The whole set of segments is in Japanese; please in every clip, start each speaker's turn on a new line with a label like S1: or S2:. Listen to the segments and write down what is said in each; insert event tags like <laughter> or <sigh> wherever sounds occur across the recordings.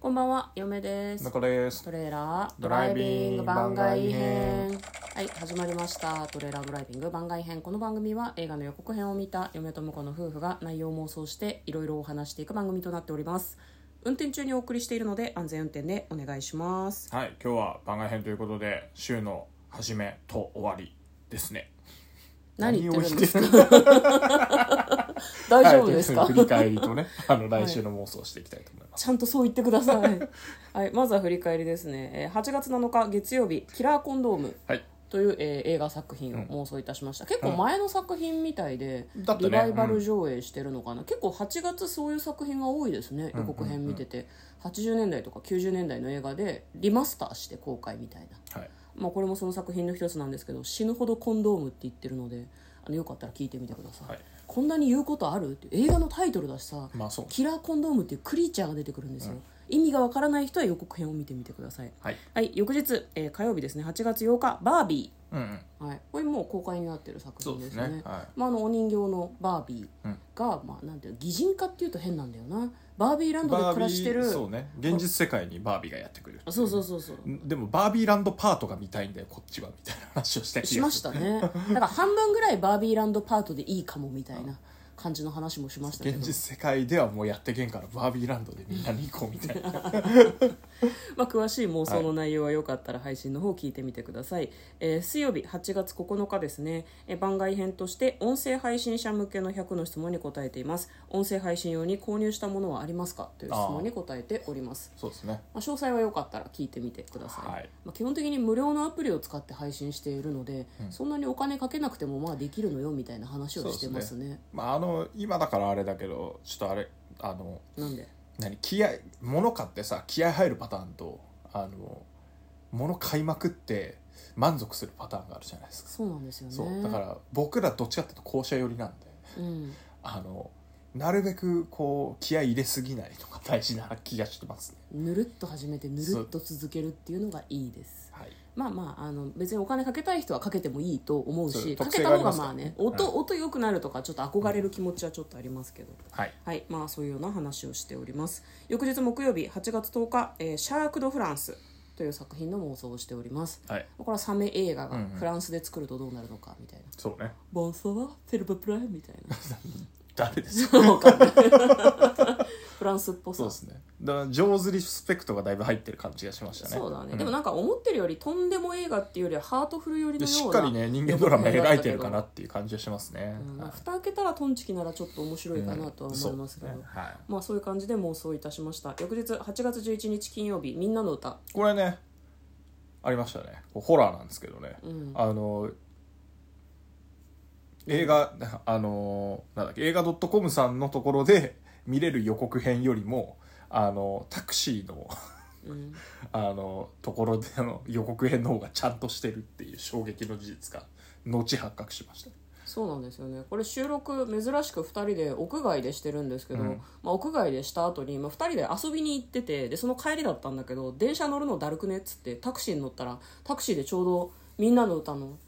S1: こんばんは、嫁です。
S2: 中です
S1: トレーラード
S2: ド
S1: ラ
S2: ラ
S1: イ
S2: イ
S1: ビ
S2: ビ
S1: ン
S2: ン
S1: グ
S2: グ
S1: 番
S2: 番
S1: 外編
S2: 外編。
S1: はい、始まりました。トレーラードライビング番外編。この番組は映画の予告編を見た嫁と婿の夫婦が内容を妄想していろいろお話していく番組となっております。運転中にお送りしているので安全運転でお願いします。
S2: はい今日は番外編ということで週の始めと終わりですね
S1: 何言ってるんですか
S2: 何を言ってる
S1: 大丈夫 <laughs> ですか、
S2: はいという <laughs> 振り返りとねあの来週の妄想をしていきたいと思います、
S1: ちゃんとそう言ってください。はい、まずは振り返りですね。えー8月7日月曜日、キラーコンドーム。
S2: はい
S1: という、えー映画作品を妄想いたしました、結構前の作品みたいで、
S2: だって
S1: リ
S2: ね
S1: バイバル上映してるのかな、結構8月そういう作品が多いですね予告編見てて、80年代とか90年代の映画でリマスターして公開みたいな、
S2: はい
S1: まあ、これもその作品の一つなんですけど死ぬほどコンドームって言ってるのであのよかったら聞いてみてください、
S2: はい
S1: こんなに言うことあるって映画のタイトルだしさ、
S2: まあそう
S1: キラーコンドームっていうクリーチャーが出てくるんですよ、意味がわからない人は予告編を見てみてください
S2: はい
S1: はい、翌日、えー火曜日ですね8月8日バービ
S2: うんう
S1: ー、
S2: ん
S1: はい、これもう公開になってる作
S2: そう
S1: 品
S2: で
S1: ですすね
S2: ねはい
S1: まあ、あのお人形のバービ
S2: う
S1: ー
S2: ん
S1: が、まあ、なんていうの擬人化っていうと変なんだよなバービーランドで
S2: バ
S1: 暮ら
S2: ービ
S1: してる
S2: ーそうね現実世界にバービーがやってくる
S1: あそうそうそうそうん
S2: でもバービーランドパートが見たいんだよこっちはみたいな話をした気がす
S1: し
S2: る
S1: ましたねだから半分ぐらいバービーランドパートでいいかもみたいな感じの話もしましたけ
S2: 現
S1: ど
S2: 実世界ではもうやってけんからバービーランドでみんなに行こうみたいな
S1: <laughs> まあ、詳しい妄想の内容はよかったら配信の方を聞いてみてください、えー水曜日8月9日ですね、えー番外編として音声配信者向けの100の質問に答えています音声配信用に購入したものはありますかという質問に答えております
S2: そうですね
S1: まあ、詳細はよかったら聞いてみてください、
S2: はい
S1: まあ、基本的に無料のアプリを使って配信しているので、そんなにお金かけなくてもまあできるのよみたいな話をしてますね
S2: まああの今だからあれだけどちょっとあれあの
S1: なんで
S2: 何気合物買ってさ気合入るパターンとあの物買いまくって満足するパターンがあるじゃないですか、
S1: そうなんですよね
S2: そうだから僕らどっちかっていうと校舎寄りなんで
S1: うん、
S2: あのなるべくこう気合入れすぎないのが大事な気がしてますね
S1: ぬるっと始めてぬるっと続けるっていうのがいいです
S2: はい
S1: まあまああの別にお金かけたい人はかけてもいいと思う
S2: そ
S1: し
S2: う
S1: か
S2: 特
S1: け
S2: 性
S1: た
S2: があ
S1: 方
S2: り
S1: が
S2: ますか
S1: まあ
S2: らね
S1: ね音,、音良くなるとかちょっと憧れる気持ちはちょっとありますけど、
S2: はい
S1: はいまあそういうような話をしております翌日木曜日8月10日、えーシャーク・ド・フランス」という作品の妄想をしております
S2: はい
S1: これはサメ映画が
S2: うんうん
S1: フランスで作るとどうなるのかみたいな
S2: そうね
S1: 「ボンソワセルブプライ」みたいな
S2: 誰ですか
S1: わかんないフランスっぽ
S2: そう
S1: さ
S2: ですねだから上手リスペクトがだいぶ入ってる感じがしましたね
S1: そうだね、
S2: ん
S1: でもなんか思ってるよりとんでも映画っていうよりはハートフル寄りのよう
S2: で
S1: な
S2: しっかりね人間ドラマ描いてるかなっていう感じがしますね、
S1: うんま
S2: は
S1: あ
S2: い
S1: 蓋開けたらトンチキならちょっと面白いかなとは思いますけど、
S2: うんそうねはい
S1: まあそういう感じで妄想いたしました翌日8月11日金曜日「みんなの歌
S2: これねありましたねホラーなんですけどね、
S1: ん
S2: あの映画 <laughs> あのなんだっけ映画 .com さんのところで <laughs> 見れる予告編よりもあのタクシーの <laughs>
S1: うん
S2: あのところでの <laughs> 予告編の方がちゃんとしてるっていう衝撃の事実が後発覚しました」
S1: そうなんですよねこれ収録珍しく2人で屋外でしてるんですけど、
S2: うん
S1: まあ、屋外でした後にまあ、2人で遊びに行っててでその帰りだったんだけど電車乗るのだるくねっつってタクシーに乗ったらタクシーでちょうど「みんなの歌の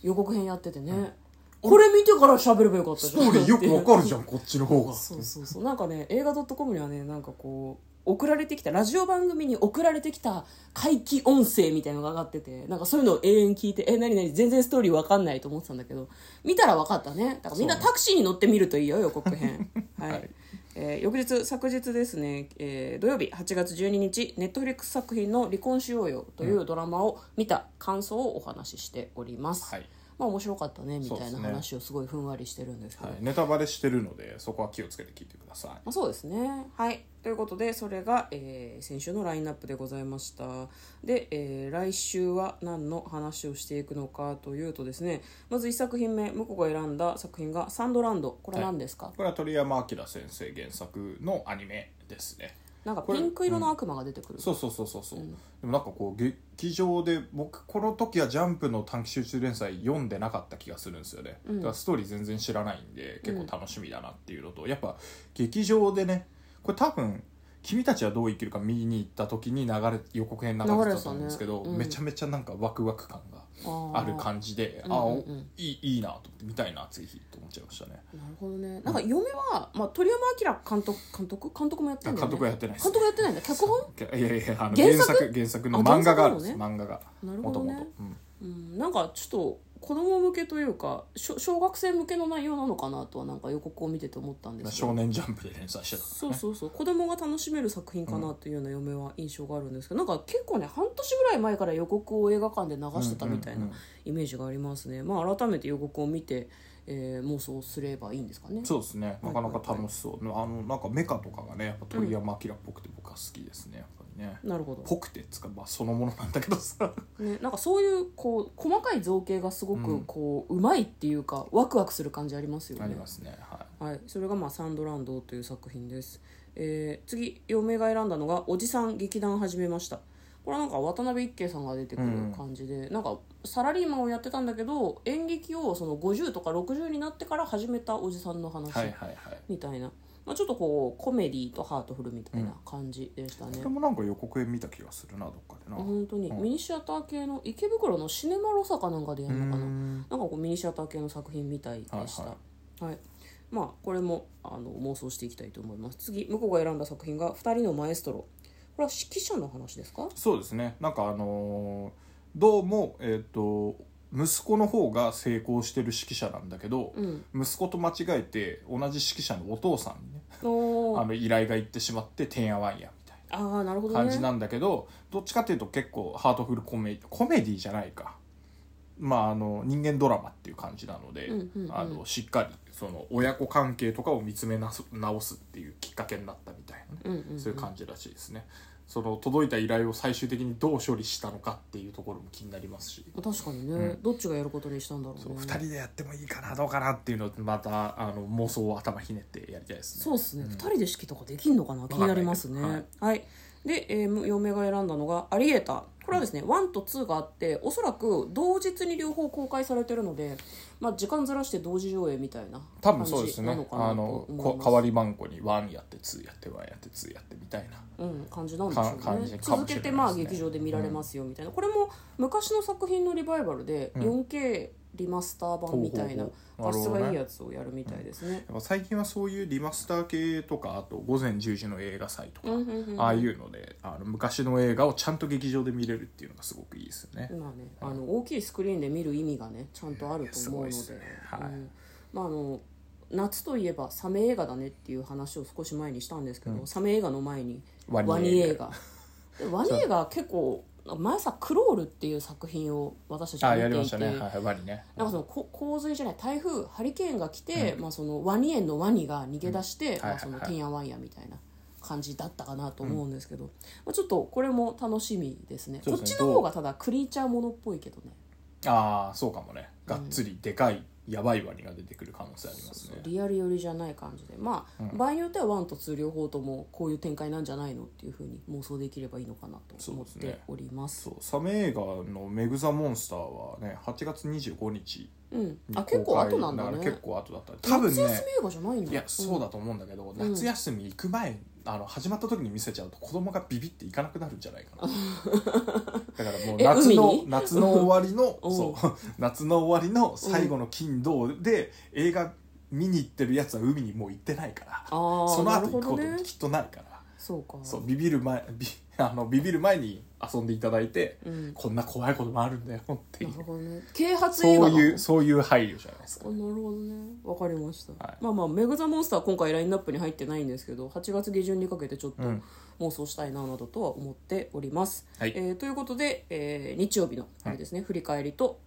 S1: 予告編やっててね、これ見てから喋ればよかった
S2: ス
S1: じ
S2: ト
S1: ゃん
S2: ーリーよくわかるじゃんこっちの方が
S1: そうそうそうなんかね映画 .com にはねなんかこう送られてきたラジオ番組に送られてきた回帰音声みたいのが上がっててなんかそういうのを永遠聞いてえ何何全然ストーリーわかんないと思ってたんだけど見たらわかったねだからみんな
S2: そう
S1: タクシーに乗ってみるといいよ予告編
S2: <laughs>
S1: はい、
S2: はい
S1: えー翌日昨日ですね、えー土曜日8月12日ネットフリックス作品の「離婚しようよ」というドラマを見た感想をお話ししております、
S2: はい
S1: まあ面白かったねみた
S2: そ
S1: い
S2: うです
S1: な
S2: ね
S1: 話をすごいふんわりしてるんですけど
S2: はい、ネタバレしてるのでそこは気をつけて聞いてください
S1: まあ、そうですね。はい。ということで、それが、えー先週のラインナップでございました。で、えー来週は何の話をしていくのかというとですね、まず1作品目、向こうが選んだ作品がサンドランド。これは何ですか、
S2: これは鳥山明先生原作のアニメですね
S1: なんか
S2: これ
S1: ピンク色の悪魔が出てくる。
S2: そうそうそうそうそう、でもなんかこう劇場で僕この時は「ジャンプ」の短期集中連載読んでなかった気がするんですよね、だからストーリー全然知らないんで結構楽しみだなっていうのと、やっぱ劇場でねこれ多分「君たちはどう生きるか」見に行った時に流れ予告編流れてたと思うんですけど、
S1: 流れてたねうん
S2: めちゃめちゃなんかワクワク感がある感じで
S1: うん
S2: あ、
S1: うんうん
S2: おいいいいなと思って見たいなぜひと思っちゃいましたね
S1: なるほどねなんか嫁は、まあ、鳥山明監督監督監督もやってんだよ、ね、
S2: 監督はやってないです
S1: 監督やってないんだ脚
S2: <laughs>
S1: 本
S2: いやいやいやあの
S1: 原
S2: 原
S1: 作
S2: 作原作の
S1: あ
S2: 漫画がある
S1: 原
S2: んです、
S1: 作な
S2: 漫画が
S1: なるほ
S2: もと
S1: ど
S2: も
S1: ね
S2: と、うん
S1: うん、なんかちょっと子供向けというかしょ小学生向けの内容なのかなとはなんか予告を見てて思ったんですけど
S2: 少年ジャンプで連載してたからね
S1: そうそうそう子供が楽しめる作品かなというような嫁は印象があるんですけど、なんか結構ね半年ぐらい前から予告を映画館で流してたみたい
S2: うんう
S1: なん
S2: うん
S1: イメージがありますね、まあ改めて予告を見て、えー、妄想すればいいんですかね
S2: そうですねなかなか楽しそう、あのなんかメカとかがねやっぱ
S1: うん
S2: 鳥山明っぽくて僕は好きですねやっぱりね
S1: なるほど
S2: ぽくてっつうかまあそのものなんだけどさ
S1: ね、なんかそういうこう細かい造形がすご
S2: う
S1: く
S2: ん
S1: こう、うまいっていうかワクワクする感じありますよね
S2: ありますねは
S1: はい、それが、まあ「サンドランド」という作品です、えー次嫁が選んだのが「おじさん劇団始めました」これはなんか渡辺一慶さんが出てくる感じで、なんかサラリーマンをやってたんだけど演劇をその50とか60になってから始めたおじさんの
S2: い
S1: 話
S2: はいはいはい
S1: みたいな、まあ、ちょっとこうコメディとハートフルみたいな感じでしたね、
S2: これもなんか予告編見た気がするなどっかでな
S1: 本当に、
S2: うん
S1: ミニシアター系の池袋のシネマロサかなんかでやるのかな、
S2: うーん
S1: なんかこうミニシアター系の作品みたいでした。は、
S2: はい
S1: まあこれもあの妄想していきたいと思います。次向こうが選んだ作品が二人のマエストロ。これは指揮者の話ですか？
S2: そうですねなんかあのーどうもえっ、と息子の方が成功してる指揮者なんだけど、
S1: うん。
S2: 息子と間違えて同じ指揮者のお父さんにね
S1: お
S2: あ
S1: ー
S2: の依頼が行ってしまっててんやわんやみたい
S1: あーなるほ
S2: な
S1: ど
S2: 感じ
S1: ね。
S2: なんだけど、どっちかっていうと結構ハートフルコメコメディじゃないかまああの人間ドラマっていう感じなので、
S1: うんうんうん
S2: あのしっかりその親子関係とかを見つめなす直すっていうきっかけになったみたいなね、
S1: うんうん、うん。
S2: そういう感じらしいですねその届いた依頼を最終的にどう処理したのかっていうところも気になりますし、
S1: 確かにね、
S2: うん
S1: どっちがやることにしたんだろうね。
S2: そう2人でやってもいいかなどうかなっていうのをまたあの妄想を頭ひねってやりたいですね
S1: そうですね、
S2: ん
S1: 二人で指揮とかできんのかな気になりますね
S2: わかん
S1: は
S2: ないい、
S1: で、えー嫁が選んだのが「アリエーター」これはですね、1と2があっておそらく同日に両方公開されてるので、まあ、時間ずらして同時上映みたいな
S2: 多
S1: 感
S2: 分
S1: じ
S2: そうですね
S1: なのか
S2: あ
S1: な
S2: の
S1: と思い
S2: こ
S1: ます
S2: 代わり番号に1やって2やって1やって2やってみたいな
S1: うん、感じなんでし
S2: か
S1: ょう
S2: 感
S1: ね
S2: じか
S1: 続
S2: もしれないですね
S1: けてまあ劇場で見られますよみたいな、これも昔の作品のリバイバルで
S2: うん
S1: 4K リマスター版みたいな
S2: ほうほ
S1: 画
S2: うほう
S1: 質
S2: なるほどね
S1: がいいやつをやるみたいですね。
S2: やっぱ最近はそういうリマスター系とかあと午前10時の映画祭とか、
S1: うんうんうんうん
S2: ああいうのであの昔の映画をちゃんと劇場で見れるっていうのがすごくいいですよね、
S1: まあね、あの大きいスクリーンで見る意味がねちゃんとあると思うの
S2: いや
S1: です
S2: ごいっすねはい
S1: うんまああの夏といえばサメ映画だねっていう話を少し前にしたんですけど、サメ映画の前に
S2: ワニ映画
S1: ワニ映画
S2: <laughs>
S1: でワニ映画結構前さ「クロール」っていう作品を私
S2: あ
S1: た
S2: あ
S1: ち
S2: や
S1: 見
S2: り
S1: て
S2: ま
S1: い、
S2: してたねはいはいワニね
S1: なんかそのこ洪水じゃない台風ハリケーンが来て、まあ、そのワニ園のワニが逃げ出して、
S2: ん
S1: まあ、
S2: はいはい
S1: そ
S2: はい
S1: のてんやわんやみたいな感じだったかなと思うんですけど、まあ、ちょっとこれも楽しみですね
S2: そう
S1: こ
S2: で
S1: っち
S2: すね
S1: の方がただクリーチャーものっぽいけどね
S2: ああそうかもねがっつりでかい、やばいワニが出てくる可能性ありますね
S1: リアル寄りじゃない感じでまあ、場合によっては1と2両方ともこういう展開なんじゃないのっていうふうに妄想できればいいのかなと思っ
S2: そうです
S1: て
S2: ね
S1: おります
S2: そうサメ映画の「メグ・ザ・モンスター」はね8月25日
S1: うん
S2: に
S1: あ結
S2: 公
S1: 構
S2: 開
S1: 後なんだね
S2: から結構後だった多分
S1: 夏休
S2: ね
S1: み映画じゃないんだ
S2: いやそうだと思うんだけど、夏休み行く前あの始まった時に見せちゃうと子供がビビって行かなくなるんじゃな
S1: <laughs>
S2: いかなだからもう
S1: え
S2: 夏
S1: 海
S2: の
S1: に
S2: 夏の終わりの、
S1: <laughs> うん
S2: そう夏の終わりの最後の金土で、映画見に行ってるやつは海にもう行ってないから
S1: あー
S2: その
S1: なるほ
S2: 後
S1: ど
S2: 行くこ
S1: ね
S2: ときっとないから、
S1: そうか
S2: そうビビる前ビ <laughs> あのビビる前に遊んでいただいて、
S1: うん
S2: こんな怖いこともあるんだよってい
S1: な
S2: う
S1: るほどね啓発映
S2: そ
S1: 画
S2: う
S1: だもん
S2: いうそういう配慮じゃないです
S1: あ
S2: か
S1: なるほどねわかりました、
S2: はい
S1: まあまあメグ・ザ・モンスターは今回ラインナップに入ってないんですけど8月下旬にかけてちょっと
S2: うん
S1: 妄想したいななどとは思っております、
S2: はい
S1: えーということで、えー日曜日のあれですね、振り返りと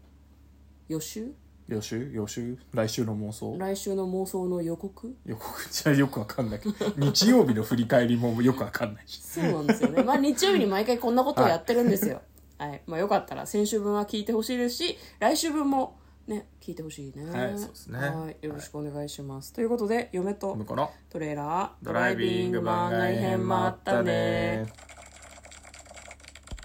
S1: 予習
S2: 予習予習来週の妄想
S1: 来週の妄想の予告
S2: 予告じゃよくわかんないけど
S1: <laughs>
S2: 日曜日の振り返りもよくわかんないし
S1: そうなんですよ
S2: <laughs>
S1: ねまあ日曜日に毎回こんなことをやってるんですよはい、まあよかったら先週分は聞いてほしいですし来週分もね聞いてほしいね
S2: はいそうですね
S1: はいよろしくお願いします、ということで嫁と
S2: 向こうの
S1: トレーラード
S2: ドライビング番外編もあったね